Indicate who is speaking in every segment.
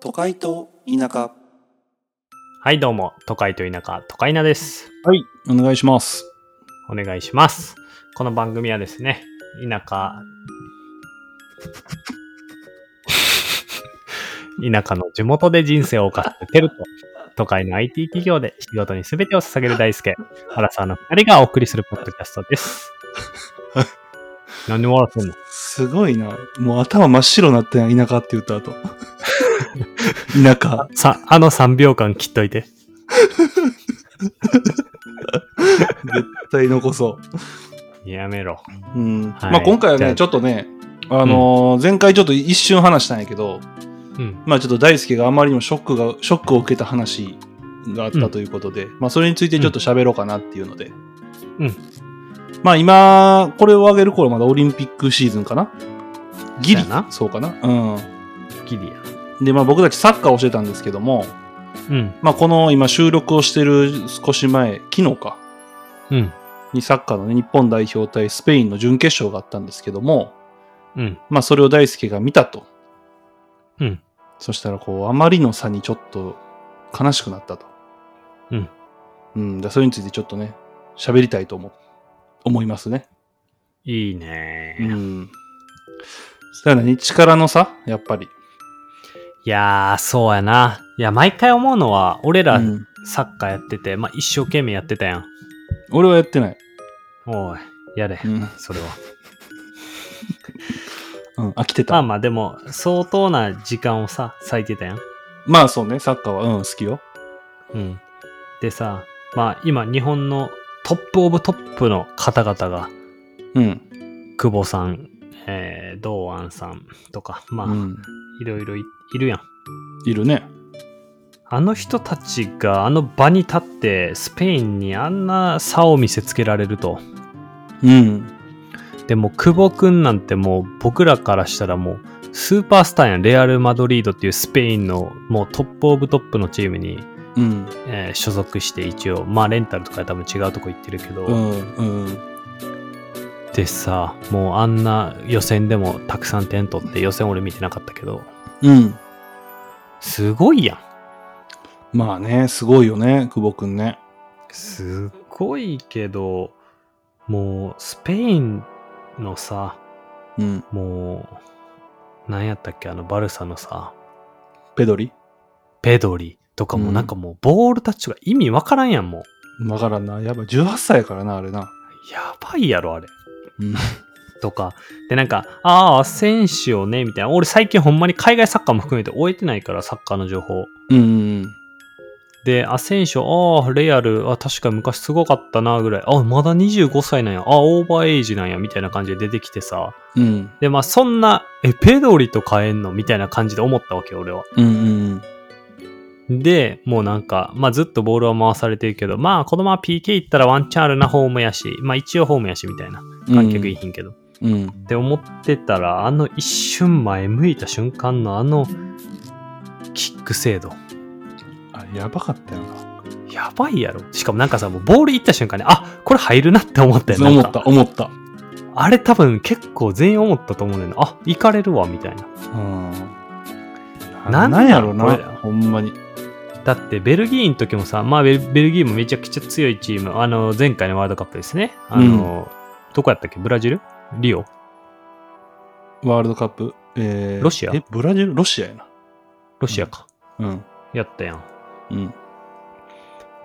Speaker 1: 都会と田舎
Speaker 2: はい、どうも、都会と田舎、都会なです。
Speaker 3: はい、お願いします。
Speaker 2: お願いします。この番組はですね、田舎、田舎の地元で人生を謳歌してテルと、都会の IT 企業で仕事に全てを捧げる大輔、原沢の二人がお送りするポッドキャストです。なんで笑ってんの
Speaker 3: すごいな。もう頭真っ白になったやん、田舎って言った 後。田舎。
Speaker 2: さ、あの3秒間切っといて。
Speaker 3: 絶対残そ
Speaker 2: やめろ。
Speaker 3: う。うん。
Speaker 2: はい
Speaker 3: まあ今回は
Speaker 2: じゃ
Speaker 3: ね、
Speaker 2: あ
Speaker 3: ちょっとね、あのー前回ちょっと一瞬話したんやけど、
Speaker 2: うん。
Speaker 3: まあちょっと大輔があまりにもショックが、ショックを受けた話があったということで、まあそれについてちょっと喋ろうかなっていうので。
Speaker 2: うん。
Speaker 3: まあ今、これを上げる頃まだオリンピックシーズンかなギリ
Speaker 2: そうやな
Speaker 3: そうかなうん。
Speaker 2: ギリや。
Speaker 3: で、まあ僕たちサッカーをしてたんですけども、
Speaker 2: うん。
Speaker 3: まあ、この今収録をしてる少し前、昨日か、
Speaker 2: うん。
Speaker 3: にサッカーの、ね、日本代表対スペインの準決勝があったんですけども、
Speaker 2: うん。
Speaker 3: まあ、それを大輔が見たと。
Speaker 2: うん。
Speaker 3: そしたら、こう、あまりの差にちょっと悲しくなったと。
Speaker 2: うん。
Speaker 3: うん。だそれについてちょっとね、喋りたいと思う、思いますね。
Speaker 2: いいね
Speaker 3: う。ん。だからね、力の差やっぱり。
Speaker 2: いやー、そうやな。いや、毎回思うのは、俺ら
Speaker 3: うん
Speaker 2: サッカーやってて、まあ、一生懸命やってたやん。
Speaker 3: 俺はやってない。
Speaker 2: おい、やれ
Speaker 3: う、ん。
Speaker 2: それは。
Speaker 3: うん、飽きて
Speaker 2: まあ
Speaker 3: た。
Speaker 2: まあ、でも、相当な時間をさ、割いてたやん。
Speaker 3: まあ、そうね、サッカーは、うん、好きよ。
Speaker 2: うん。でさ、まあ、今、日本のトップオブトップの方々が、
Speaker 3: うん。
Speaker 2: 久保さん、えー、堂安さんとか、まあ、
Speaker 3: うん。
Speaker 2: いろいろいいるやん。
Speaker 3: いるね。
Speaker 2: あの人たちがあの場に立って、スペインにあんな差を見せつけられると。
Speaker 3: うん。
Speaker 2: でも、久保くんなんてもう僕らからしたらもうスーパースターやん。レアル・マドリードっていうスペインのもうトップオブトップのチームに、
Speaker 3: うん。
Speaker 2: えー所属して一応、まあレンタルとか多分違うとこ行ってるけど、
Speaker 3: うん。うん。
Speaker 2: でさ、もうあんな予選でもたくさん点取って予選俺見てなかったけど、
Speaker 3: うん。
Speaker 2: すごいやん。
Speaker 3: まあね、すごいよね、久保くんね。
Speaker 2: すごいけど、もうスペインのさ、
Speaker 3: うん。
Speaker 2: もう、なんやったっけ、あのバルサのさ、
Speaker 3: ペドリ
Speaker 2: ペドリとかもなんかもうボールタッチが意味わからんやん、も
Speaker 3: わからんな。やばい。18歳やからな、あれな。
Speaker 2: う。やばいやろ、あれ。
Speaker 3: うん。
Speaker 2: とか。で、なんか、ああ、選手をね、みたいな。俺最近ほんまに海外サッカーも含めて終えてないから、サッカーの情報。
Speaker 3: うん。
Speaker 2: で、あ、選手、ああ、レアル、あ、確か昔すごかったな、ぐらい。あ、まだ25歳なんや。あ、オーバーエイジなんや、みたいな感じで出てきてさ。
Speaker 3: うん。
Speaker 2: で、まあ、そんな、え、ペドリと変えんのみたいな感じで思ったわけよ、俺は。
Speaker 3: うん。うん。
Speaker 2: で、もうなんか、まあずっとボールは回されてるけど、まあこのまま PK 行ったらワンチャンあるな、ホームやし、まあ一応ホームやしみたいな。観客いひんけど。
Speaker 3: うん。
Speaker 2: って思ってたら、あの一瞬前向いた瞬間のあの、キック精度。
Speaker 3: あれ、やばかったよな。
Speaker 2: やばいやろ。しかもなんかさ、もうボール行った瞬間に、あ、これ入るなって思ったよなん
Speaker 3: 思
Speaker 2: か
Speaker 3: った、思った。
Speaker 2: あれ多分結構全員思ったと思うねんだよな。あ、行かれるわ、みたいな。
Speaker 3: うん。
Speaker 2: なん
Speaker 3: なんやろ
Speaker 2: こ
Speaker 3: な
Speaker 2: れ、
Speaker 3: ほんまに。
Speaker 2: だってベルギーの時もさ、まあベルベルギーもめちゃくちゃ強いチーム、あの前回のワールドカップですね。あの、どこやったっけブラジルリオ
Speaker 3: ワールドカップ。えー、
Speaker 2: ロシア
Speaker 3: え、ブラジルロシアやな。
Speaker 2: ロシアか。
Speaker 3: うん。
Speaker 2: やったやん。
Speaker 3: うん。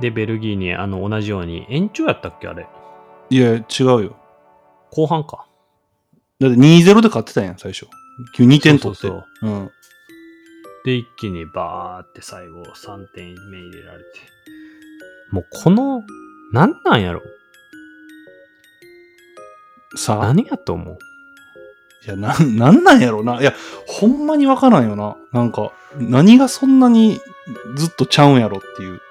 Speaker 2: で、ベルギーにあの同じように、延長やったっけあれ。
Speaker 3: いや、違うよ。
Speaker 2: 後半か。
Speaker 3: だって2-0で勝ってたやん、最初。急に2点取って。
Speaker 2: そうそう
Speaker 3: うん。
Speaker 2: で、一気にバーって最後3点目入れられて。もうこの、なんなんやろ
Speaker 3: さあ。
Speaker 2: 何やと思う
Speaker 3: いや、な、 なんなんやろな。いや、ほんまにわからんよな。なんか、何がそんなにずっとちゃうんやろっていう。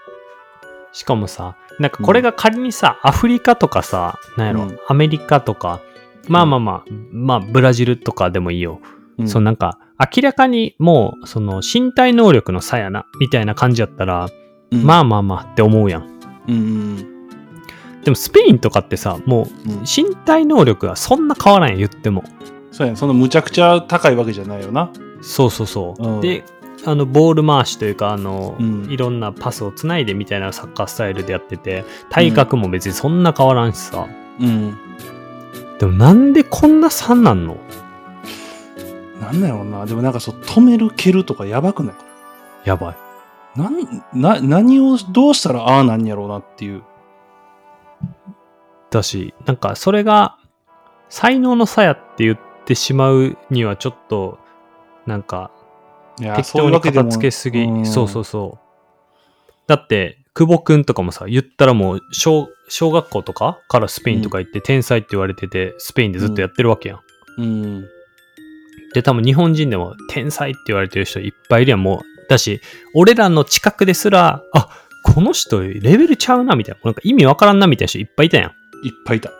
Speaker 2: しかもさ、なんかこれが仮にさ、アフリカとかさ、なんやろ、
Speaker 3: うん
Speaker 2: アメリカとか、まあまあまあ、まあブラジルとかでもいいよ。
Speaker 3: うん、
Speaker 2: そのなんか、明らかにもう、その身体能力の差やな、みたいな感じやったら、
Speaker 3: うん
Speaker 2: まあ、まあまあって思うやん。
Speaker 3: うんうん
Speaker 2: でもスペインとかってさ、もう
Speaker 3: うん。
Speaker 2: 身体能力がそんな変わらんやん、言っても。
Speaker 3: そうやね。そのむちゃくちゃ高いわけじゃないよな。
Speaker 2: そうそうそう。
Speaker 3: うん
Speaker 2: で、あのボール回しというかあの、
Speaker 3: うん
Speaker 2: いろんなパスをつないでみたいなサッカースタイルでやってて体格も別にそんな変わらんしさ、
Speaker 3: うん。
Speaker 2: でもなんでこんな3なんの
Speaker 3: なんなんやろな。でもなんかそう、止める、蹴るとかやばくない
Speaker 2: やばい
Speaker 3: なん、な、何をどうしたらああなんやろうなっていう。
Speaker 2: だしなんかそれが才能の差やって言ってしまうにはちょっとなんか
Speaker 3: いや
Speaker 2: 適当に片付けすぎそうそうそうだって久保くんとかもさ言ったらもう小小学校とかからスペインとか行って天才って言われててスペインでずっとやってるわけやん、
Speaker 3: う。うん。
Speaker 2: で多分日本人でも天才って言われてる人いっぱいいるやんもうだし俺らの近くですらあこの人レベルちゃうなみたいななんか意味わからんなみたいな人いっぱいいたやん
Speaker 3: いっぱいいた。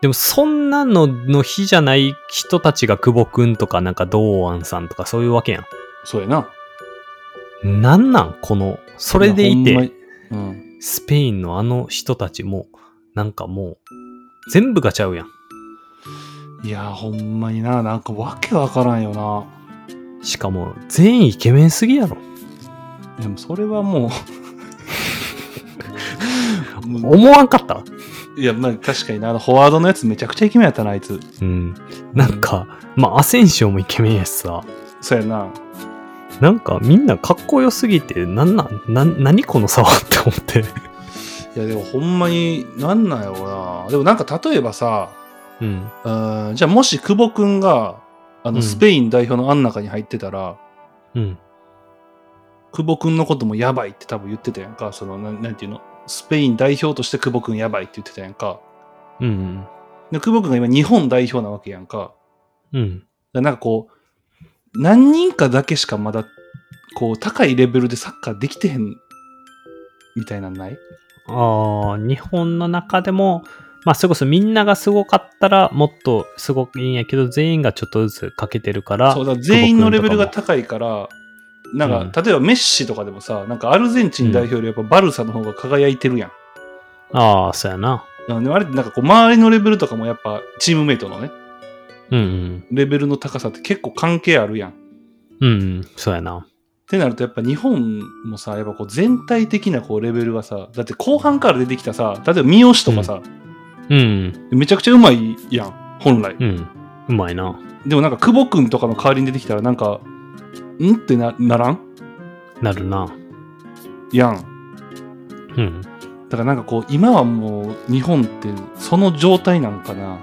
Speaker 2: でもそんなのの日じゃない人たちが久保くんとかなんか堂安さんとかそういうわけやん
Speaker 3: そうやな。
Speaker 2: なんなんこの、それでい
Speaker 3: やほん
Speaker 2: て、
Speaker 3: まにうん。
Speaker 2: スペインのあの人たちも、なんかもう、全部がちゃうやん。
Speaker 3: いや、ほんまにな。なんかわけわからんよな。
Speaker 2: しかも、全員イケメンすぎやろ。
Speaker 3: でもそれはも うもう
Speaker 2: 思わんかった
Speaker 3: いや、まあ、確かにな、あのフォワードのやつめちゃくちゃイケメンやったな、あいつ。
Speaker 2: うん。なんか、まあ、アセンシオもイケメンやしさ、
Speaker 3: そうやな。
Speaker 2: なんかみんなかっこよすぎて、なんなん、な、何この差はって思って。
Speaker 3: いや、でもほんまになんなんやろうな。でもなんか例えばさ、
Speaker 2: うん。
Speaker 3: うーんじゃあもし久保くんが、あ
Speaker 2: う
Speaker 3: の、
Speaker 2: ん
Speaker 3: スペイン代表のあん中に入ってたら、
Speaker 2: うん。
Speaker 3: 久保くんのこともやばいって多分言ってたやんか。その、なんなんていうのスペイン代表として久保くんやばいって言ってたやんか。
Speaker 2: うん。
Speaker 3: で、久保くんが今日本代表なわけやんか。
Speaker 2: う
Speaker 3: だ
Speaker 2: ん。
Speaker 3: からなんかこう、何人かだけしかまだ、こう、高いレベルでサッカーできてへん、みたいなんない
Speaker 2: ああ、日本の中でも、まあ、それこそみんながすごかったら、もっとすごくいいんやけど、全員がちょっとずつ欠けてるから、
Speaker 3: そうだ、全員のレベルが
Speaker 2: 久
Speaker 3: 高いから、なんか、
Speaker 2: う
Speaker 3: 例えばメッシとかでもさ、なんかアルゼンチン代表よりやっぱバルサの方が輝いてるやん。
Speaker 2: ああ、そうやな。
Speaker 3: だからねあれってなんかこう、周りのレベルとかもやっぱ、チームメイトのね、
Speaker 2: うん
Speaker 3: レベルの高さって結構関係あるやん。っ
Speaker 2: うん。うん、うん、そうやな。
Speaker 3: てなるとやっぱ日本もさ、やっぱこう全体的なこうレベルがさ、だって後半から出てきたさ、例えば三好とかさ、
Speaker 2: うん、
Speaker 3: めちゃくちゃうまいやん、本来。
Speaker 2: うん。うまいな。
Speaker 3: でもなんか久保君とかの代わりに出てきたらなんかんってなならん
Speaker 2: なるな。
Speaker 3: やん
Speaker 2: うん。
Speaker 3: だからなんかこう今はもう日本ってその状態なんかな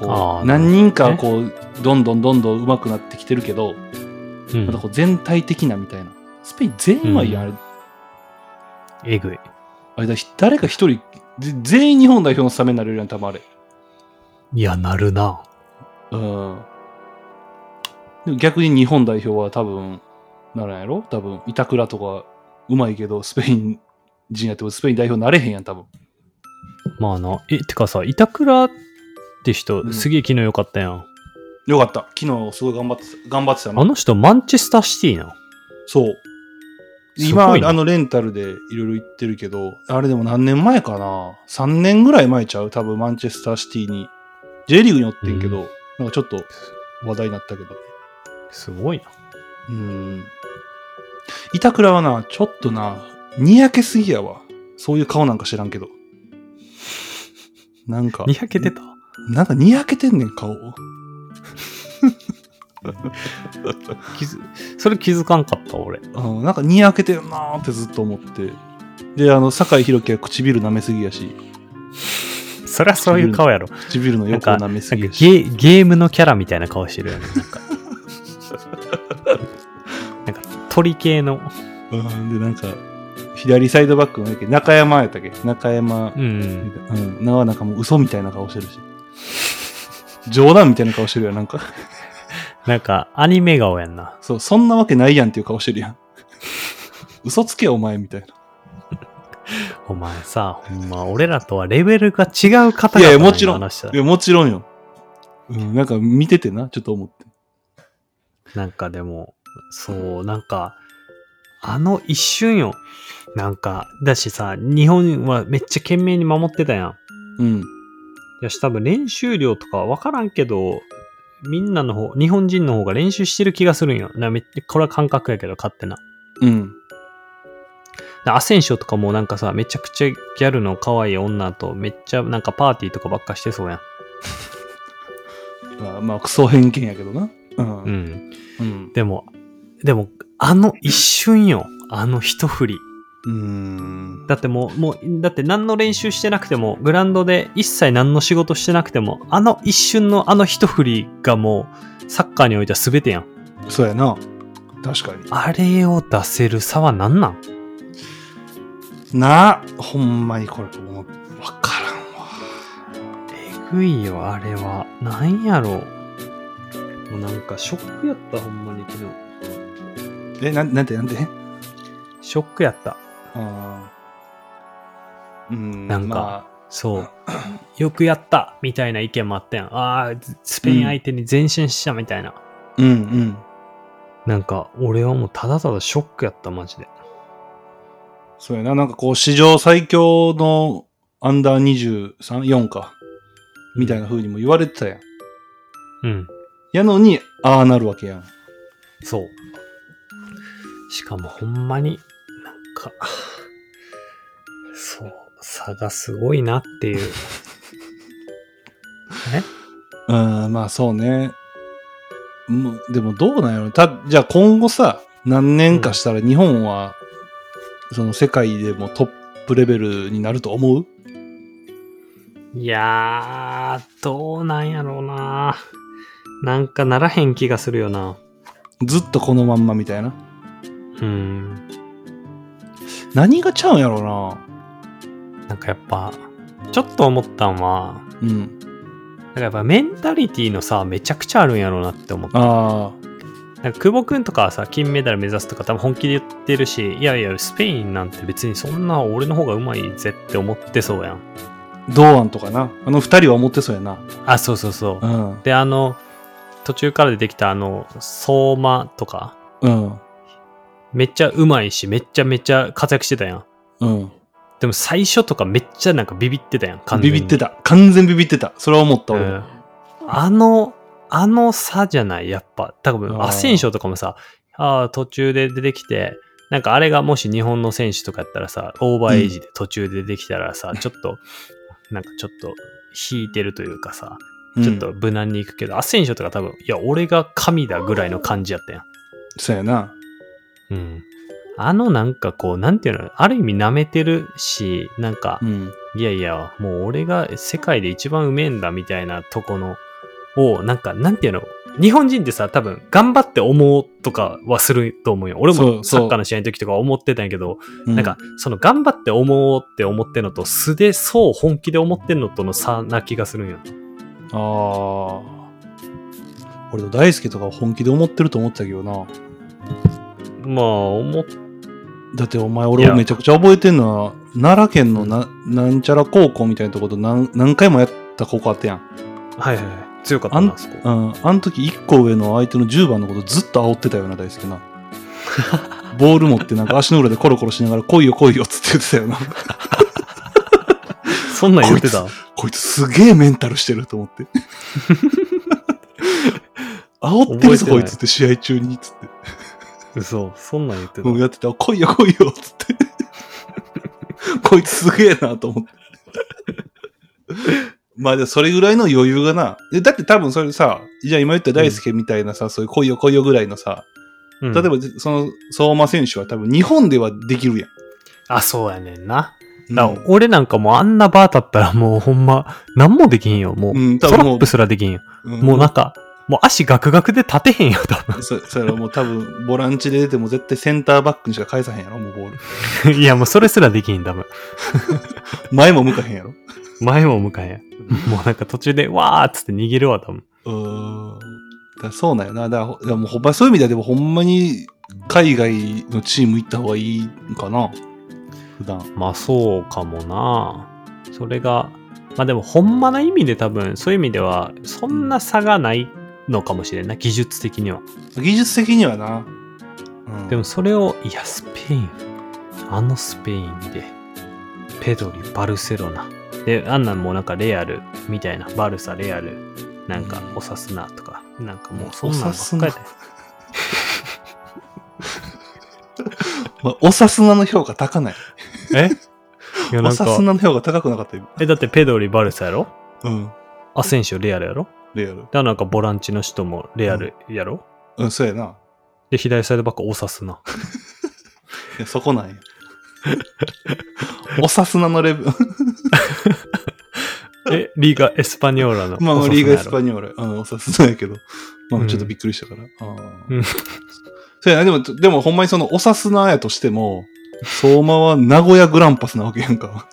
Speaker 3: こ
Speaker 2: あー
Speaker 3: う何人か
Speaker 2: なる
Speaker 3: こうどんどんどんどん上手くなってきてるけど、
Speaker 2: う
Speaker 3: また
Speaker 2: ん。
Speaker 3: こう全体的なみたいなスペイン全員はいやん、あれ
Speaker 2: えぐい。
Speaker 3: あれだひ誰か一人ぜ全員日本代表のスタメンになれるやん多分あれ
Speaker 2: いや、なるな。
Speaker 3: うんでも逆に日本代表は多分ならんやろ多分板倉とかうまいけどスペイン人やってもスペイン代表なれへんやん多分
Speaker 2: まあな。え、てかさ、板倉って人、
Speaker 3: うん
Speaker 2: すげえ昨日良かったやん。
Speaker 3: よかった。昨日すごい頑張ってた、頑張ってた
Speaker 2: あ
Speaker 3: な。
Speaker 2: の人、マンチェスターシティな。
Speaker 3: そう。
Speaker 2: す
Speaker 3: 今、
Speaker 2: ごいな
Speaker 3: あの、レンタルでいろいろ行ってるけど、あれでも何年前かな ?3 年ぐらい前ちゃう多分、マンチェスターシティに。J リーグにおってんけど、なんかちょっと話題になったけど。
Speaker 2: すごいな。
Speaker 3: うん。板倉はな、ちょっとな、にやけすぎやわ。そういう顔なんか知らんけど。なんか
Speaker 2: に、やけてた。
Speaker 3: なんかにやけてんねん、顔。
Speaker 2: 気づそれ気づかんかった、俺。
Speaker 3: うん、なんかにやけてるなーってずっと思って。で、あの、酒井宏樹は唇舐めすぎやし、
Speaker 2: そりゃそういう顔やろ。
Speaker 3: 唇の横を舐めす
Speaker 2: なん
Speaker 3: ぎや
Speaker 2: か
Speaker 3: し。
Speaker 2: ゲゲームのキャラみたいな顔してるよね。 なんかなんか鳥系の。
Speaker 3: うん、で、なんか、左サイドバックのね中山やったっけ中山、
Speaker 2: うん。
Speaker 3: うん、なはなんかもう嘘みたいな顔してるし。冗談みたいな顔してるやん、なんか。
Speaker 2: なんか、アニメ顔やんな。
Speaker 3: そう、そんなわけないやんっていう顔してるや ん。嘘つけよお前みたいな。
Speaker 2: お前さ、ほんま、俺らとはレベルが違う方々
Speaker 3: いやいや
Speaker 2: なん
Speaker 3: も
Speaker 2: よ
Speaker 3: ちろん
Speaker 2: あの人
Speaker 3: いや、もちろんよ。うん、なんか見ててな、ちょっと思って。
Speaker 2: なんかでも、そう、なんか、あの一瞬よ。なんか、だしさ、日本はめっちゃ懸命に守ってたやん。
Speaker 3: うん。
Speaker 2: やし、多分練習量とかわからんけど、みんなの方、日本人の方が練習してる気がするんよ。なめっこれは感覚やけど、勝手な。
Speaker 3: うん。
Speaker 2: でアセンショとかもなんかさ、めちゃくちゃギャルの可愛い女と、めっちゃなんかパーティーとかばっかしてそうやん。
Speaker 3: まあ、まあ、クソ偏見やけどな。うん。
Speaker 2: う
Speaker 3: うん。
Speaker 2: ん。
Speaker 3: うん。
Speaker 2: でも、でも、あの一瞬よ。あの一振り。
Speaker 3: うん、
Speaker 2: だってもう、もう、だって何の練習してなくても、グラウンドで一切何の仕事してなくても、あの一瞬のあの一振りがもう、サッカーにおいては全てやん。
Speaker 3: そうやな。確かに。
Speaker 2: あれを出せる差は何なん
Speaker 3: なあ、ほんまにこれ、もう、わからんわ。
Speaker 2: えぐいよ、あれは。なんやろう。もうなんか、ショックやった、ほんまに昨日。
Speaker 3: え、なんなんて、なんて
Speaker 2: ショックやった。
Speaker 3: あーうん。
Speaker 2: なんか
Speaker 3: ま
Speaker 2: そう。よくやったみたいな意見もあったやん。ああ、スペイン相手に前進したみたいな。
Speaker 3: あ、うんうん。
Speaker 2: なんか、俺はもうただただショックやった、マジで。
Speaker 3: そうやな。なんかこう、史上最強のアンダー23、4か。みたいな風にも言われてたやん。
Speaker 2: うん。
Speaker 3: やのに、ああなるわけやん。
Speaker 2: そう。しかもほんまに、なんか、そう、差がすごいなっていう。ね
Speaker 3: うん、まあそうね。もうでもどうなんやろたじゃあ今後さ、何年かしたら日本は、その世界でもトップレベルになると思う
Speaker 2: いやー、どうなんやろうな。なんかならへん気がするよな。
Speaker 3: ずっとこのまんまみたいな。
Speaker 2: うん。
Speaker 3: 何がちゃうんやろな。
Speaker 2: なんかやっぱ、ちょっと思ったんは、
Speaker 3: うん。
Speaker 2: なんかやっぱメンタリティのさ、めちゃくちゃあるんやろうなって思った。
Speaker 3: ああ。
Speaker 2: なんか久保くんとかはさ、金メダル目指すとか多分本気で言ってるし、いやいや、スペインなんて別にそんな俺の方がうまいぜって思ってそうやん。
Speaker 3: 堂安とかな。あの二人は思ってそうやな。
Speaker 2: あ、そうそうそうう。
Speaker 3: ん。
Speaker 2: で、あの、途中から出てきたあの、相馬とか、
Speaker 3: うん。
Speaker 2: めっちゃうまいし、めっちゃめちゃ活躍してたやん。
Speaker 3: うん。
Speaker 2: でも最初とかめっちゃなんかビビってたやん、完全
Speaker 3: ビビ
Speaker 2: に
Speaker 3: ってた。完全ビビってた。それは思った俺。
Speaker 2: うんあの、あの差じゃない、やっぱ。多
Speaker 3: あ
Speaker 2: 分、
Speaker 3: ー
Speaker 2: アセンションとかもさ、あー途中で出てきて、なんかあれがもし日本の選手とかやったらさ、オーバーエイジで途中で出てきたら さ、ちょっと、なんかちょっと引いてるというかさ、
Speaker 3: うん
Speaker 2: ちょっと無難にいくけど、アセンションとか多分、いや、俺が神だぐらいの感じやったやん。
Speaker 3: そうやな。
Speaker 2: うん。あのなんかこう、なんていうの、ある意味舐めてるし、なんか、
Speaker 3: うん。
Speaker 2: いやいや、もう俺が世界で一番うめえんだみたいなとこの、を、なんか、なんていうの日本人ってさ、多分、頑張って思うとかはすると思うよ。俺
Speaker 3: そうそ
Speaker 2: も
Speaker 3: う
Speaker 2: サッカーの試合の時とか思ってたんやけど、
Speaker 3: うん
Speaker 2: なんか、、その頑張って思おうって思ってんのと、素でそう本気で思ってんのとの差な気がするんよ。
Speaker 3: ああ。俺の大輔とか本気で思ってると思ってたけどな。
Speaker 2: まあ、思っ、
Speaker 3: だってお前、
Speaker 2: い
Speaker 3: 俺
Speaker 2: や
Speaker 3: めちゃくちゃ覚えてんのは、奈良県のな、なんちゃら高校みたいなとこと何何回もやった高校あったやん。
Speaker 2: はいはいはい。強かったな、あそこ。
Speaker 3: うん。あの時一個上の相手の10番のことずっと煽ってたよな、大輔 な。ボール持ってなんか足の裏でコロコロしながら来いよ来いよっつって言ってたよな。
Speaker 2: そんなん言ってた
Speaker 3: こいつすげえメンタルしてると思 って。煽ってるぞ
Speaker 2: 覚えてな
Speaker 3: こ
Speaker 2: い
Speaker 3: いつって試合中にっつって。
Speaker 2: 嘘。そんなん言ってた
Speaker 3: もう。やってたら、来いよ来いよっつって。 こいつすげえなと思って。 まあでもそれぐらいの余裕がな。えだって多分それさ、じゃあ今言った大輔みたいなさ、そういう来いよ来いよぐらいのさ、
Speaker 2: うん
Speaker 3: 例えばその相馬選手は多分日本ではできるやん。
Speaker 2: あ、そうやねんな。
Speaker 3: な
Speaker 2: な俺なんかもうあんなバーだったらもうほんま、何もできんよ。もう、
Speaker 3: うん多
Speaker 2: ト
Speaker 3: 分
Speaker 2: ラ
Speaker 3: もう
Speaker 2: ップすらできんよ。
Speaker 3: うん
Speaker 2: もうなんか、もう足ガクガクで立てへんよ、多
Speaker 3: そそれはもう多分ボランチで出ても絶対センターバックにしか返さへんやろ、もうボール。
Speaker 2: 分。 いや、もうそれすらできん、多分。
Speaker 3: 前も向かへんやろ。
Speaker 2: 前も向かへん。もうなんか途中で、わーっつって逃げるわ、多分。
Speaker 3: うーん。だからそうなんよな。だからほだからもうほんまそういう意味ではでもほんまに海外のチーム行った方がいいんかな。普段。
Speaker 2: まあそうかもな。それが、まあでもほんまな意味で多分、そういう意味では、そんな差がないのかもしれんない。技術的には。
Speaker 3: 技術的にはな。うん、
Speaker 2: でもそれを、いや、スペイン、あのスペインで、ペドリ、バルセロナ。で、あんなんもうなんかレアルみたいな、バルサ、レアル、なんか
Speaker 3: うん
Speaker 2: オサスナとか、なんかもうそんなんばっかりだよ
Speaker 3: まあ、おさすなの評価高ない。
Speaker 2: えいや
Speaker 3: お
Speaker 2: なん
Speaker 3: さす
Speaker 2: か、
Speaker 3: なの評価高くなかった今。
Speaker 2: え、だってペドリ、バルサやろ
Speaker 3: うん。
Speaker 2: アセンシオ、レアルやろ
Speaker 3: レアル。
Speaker 2: で、なんかボランチの人もレアルやろ、
Speaker 3: うん、そうやな。
Speaker 2: で、左サイドバック、オサスナ。
Speaker 3: いやそこ なんや。おさすなのレベル。
Speaker 2: え、リーガ・エスパニョーラの。
Speaker 3: まあまあ、リーガ・エスパ
Speaker 2: ニ
Speaker 3: ニョール。うん、おさすなんやけど。ま
Speaker 2: う
Speaker 3: あ、
Speaker 2: ん
Speaker 3: ちょっとびっくりしたから。ああ
Speaker 2: うん
Speaker 3: そうやな、でも、でもほんまにその、おさすなやとしても、相馬は名古屋グランパスなわけやん か。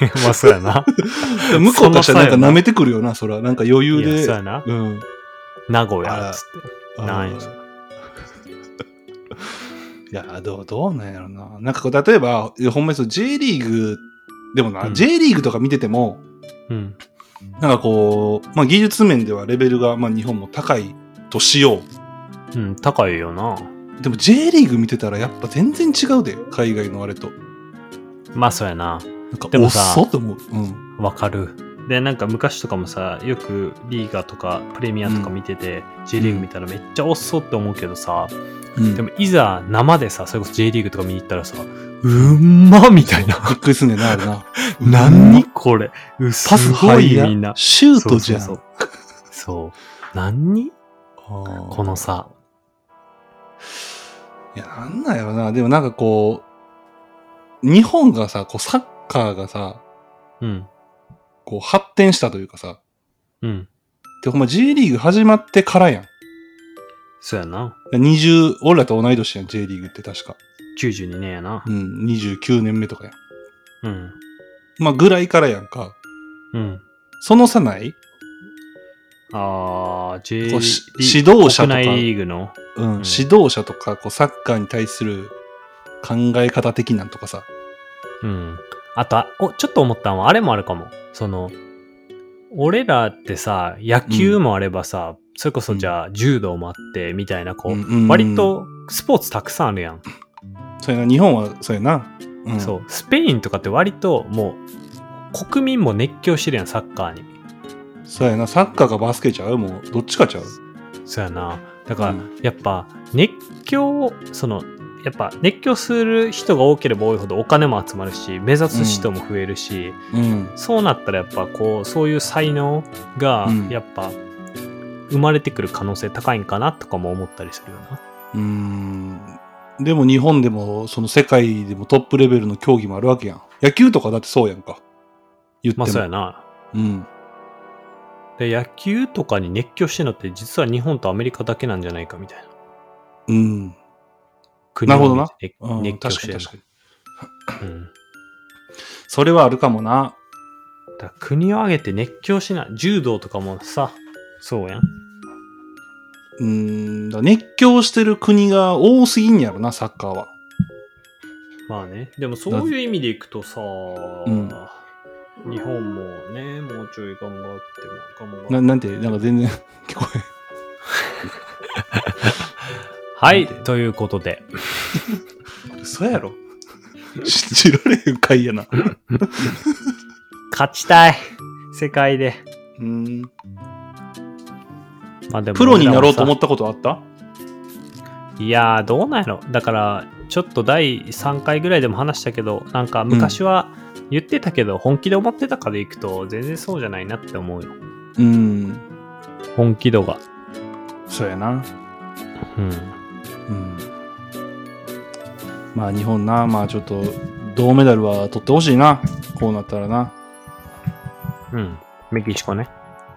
Speaker 2: ョーラ。まあ、そうやな。
Speaker 3: 向こうとしてはなん
Speaker 2: その差や
Speaker 3: か
Speaker 2: な
Speaker 3: 舐めてくるよな、そら。なんか余裕
Speaker 2: いや、そう
Speaker 3: で。
Speaker 2: やな。
Speaker 3: うん。
Speaker 2: 名古屋、つって。
Speaker 3: あの
Speaker 2: ない
Speaker 3: いや、どう、どうなんやろな。なんかこう、例えば、ほんまにそう、J リーグ、でもな、
Speaker 2: うん
Speaker 3: J リーグとか見てても、
Speaker 2: うん。
Speaker 3: なんかこう、まあ技術面ではレベルが、まあ日本も高いとしよう。
Speaker 2: うん、高いよな。
Speaker 3: でも J リーグ見てたらやっぱ全然違うで、海外のあれと。
Speaker 2: まあ、そうや
Speaker 3: な
Speaker 2: な。
Speaker 3: んか、
Speaker 2: で
Speaker 3: お
Speaker 2: も
Speaker 3: っ
Speaker 2: さ
Speaker 3: そと思う。うん。
Speaker 2: わかる。で、なんか昔とかもさ、よくリーガとかプレミアとか見てて、J リーグ見たらめっちゃ遅そうって思うけどさ、
Speaker 3: うん、
Speaker 2: でもいざ生でさ、それこそ J リーグとか見に行ったらさ、うんまみたいな。。
Speaker 3: びっくりすんねんな、あれな
Speaker 2: 何これ。う
Speaker 3: パス
Speaker 2: すごい
Speaker 3: 速っ
Speaker 2: みんな。
Speaker 3: シュートじゃん。
Speaker 2: そうそうそう。そう何
Speaker 3: あー
Speaker 2: このさ。
Speaker 3: いや、なんなんやろな。でもなんかこう、日本がさ、こうサッカーがさ、
Speaker 2: うん。
Speaker 3: こう発展したというかさ、
Speaker 2: うん。
Speaker 3: で、ほんま J リーグ始まってからやん。
Speaker 2: そうやな。
Speaker 3: 20、俺らと同い年やん、J リーグって確か。
Speaker 2: 92年やな
Speaker 3: う。ん、29年目とかやん。
Speaker 2: うん。
Speaker 3: まあ、ぐらいからやんか。
Speaker 2: うん。
Speaker 3: その差ない
Speaker 2: あー、J リー
Speaker 3: こ
Speaker 2: グ。
Speaker 3: うし指導者とか
Speaker 2: 国内リーグの。
Speaker 3: うん、
Speaker 2: ん
Speaker 3: 指導者とか、こう、サッカーに対する考え方的なんとかさ。
Speaker 2: うん。あと、あお、ちょっと思ったのは、あれもあるかも。その、俺らってさ、野球もあればさ、それこそじゃあ、柔道もあって、みたいな、こう、
Speaker 3: うんうん
Speaker 2: 割。とスポーツたくさんあるやん。
Speaker 3: そうやな、日本はそうやな。うん、
Speaker 2: そう。スペインとかって割と、もう、国民も熱狂してるやん、サッカーに。
Speaker 3: そうやな、サッカーかバスケちゃうもう、どっちかちゃう。
Speaker 2: そうやな。だから、
Speaker 3: うん
Speaker 2: やっぱ、熱狂、その、やっぱ熱狂する人が多ければ多いほどお金も集まるし目指す人も増えるし、
Speaker 3: うん。
Speaker 2: そうなったらやっぱこうそういう才能が
Speaker 3: うん
Speaker 2: やっぱ生まれてくる可能性高いんかなとかも思ったりするよな。
Speaker 3: うーん。でも日本でも、その世界でもトップレベルの競技もあるわけやん。野球とかだってそうやんか。言って
Speaker 2: ま
Speaker 3: も。
Speaker 2: あそうやな。
Speaker 3: うん。
Speaker 2: で野球とかに熱狂してるのって実は日本とアメリカだけなんじゃないかみたいな。
Speaker 3: うん。
Speaker 2: 国を
Speaker 3: なるほどな
Speaker 2: 見て
Speaker 3: うん
Speaker 2: 熱狂
Speaker 3: 確
Speaker 2: し
Speaker 3: か
Speaker 2: て
Speaker 3: に
Speaker 2: る
Speaker 3: 確かに。
Speaker 2: の。うん
Speaker 3: それはあるかもな。
Speaker 2: だから国を挙げて熱狂しない。柔道とかもさ、そうやん。
Speaker 3: うーん。だから熱狂してる国が多すぎんやろな、サッカーは。
Speaker 2: まあね。でもそういう意味でいくとさ、
Speaker 3: ん
Speaker 2: 日本もね、もうちょい頑張っても頑張って
Speaker 3: ななんて、なんか全然 聞こ
Speaker 2: はい、ということで。
Speaker 3: えん。嘘やろ。 信じられへん回やな。う
Speaker 2: 勝ちたい世界で、
Speaker 3: ーん。
Speaker 2: まあ、でも
Speaker 3: プロになろうと思
Speaker 2: っ
Speaker 3: ったことあった
Speaker 2: いやーどうなんやろだからちょっと第3回ぐらいでも話したけどなんか昔は言ってたけど、本気で思ってたからいくと全然そうじゃないなって思うよ
Speaker 3: うん。
Speaker 2: 本気度が
Speaker 3: そうやな。
Speaker 2: うん
Speaker 3: うんまあ日本な、まあちょっと銅メダルは取ってほしいな、こうなったらな。
Speaker 2: うんメキシコね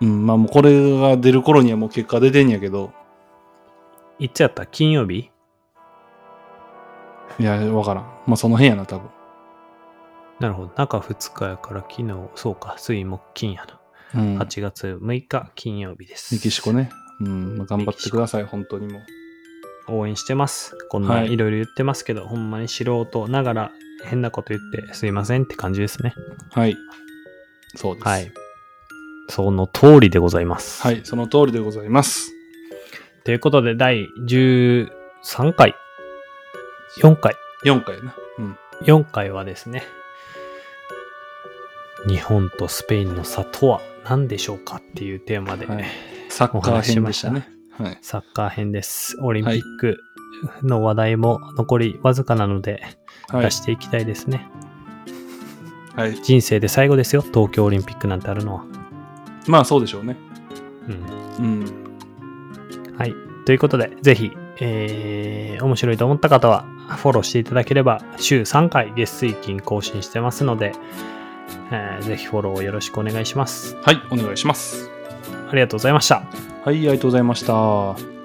Speaker 3: うん、まあもうこれが出る頃にはもう結果出てんやけど、
Speaker 2: いつやった金曜日
Speaker 3: いや、わからん。まあその辺やな、多分。
Speaker 2: なるほど中2日やから昨日そうか水木金やな、
Speaker 3: うん、メ
Speaker 2: 8月6日金曜日です
Speaker 3: キシコね。うん、まあ、頑張ってください、本当にもう。
Speaker 2: 応援してます。こん
Speaker 3: は
Speaker 2: ないいろいろ言ってますけど、ほんまに素人ながら変なこと言ってすいませんって感じですね。
Speaker 3: はい。そうです。
Speaker 2: はい。。その通りでございます。
Speaker 3: はい、その通りでございます。
Speaker 2: ということで、第13回、4回、
Speaker 3: 4回やな。うん。
Speaker 2: 4回はですね、日本とスペインの差とは何でしょうかっていうテーマで、
Speaker 3: はいサッ
Speaker 2: お
Speaker 3: カー
Speaker 2: 話しし
Speaker 3: 編
Speaker 2: ま
Speaker 3: で
Speaker 2: し
Speaker 3: したたね。はい。
Speaker 2: サッカー編です。オリンピックの話題も残りわずかなので、
Speaker 3: はい
Speaker 2: 出。していきたいですね。
Speaker 3: はい。
Speaker 2: 人生で最後ですよ、東京オリンピックなんてあるのは。
Speaker 3: まあそうでしょうね。
Speaker 2: うん
Speaker 3: うん。
Speaker 2: はい。ということで、ぜひ、えー、面白いと思った方は、フォローしていただければ、週3回、月水金更新してますので、えーぜひフォローよろしくお願いします。
Speaker 3: はい。お願いします。
Speaker 2: ありがとうございました。
Speaker 3: はい。ありがとうございました。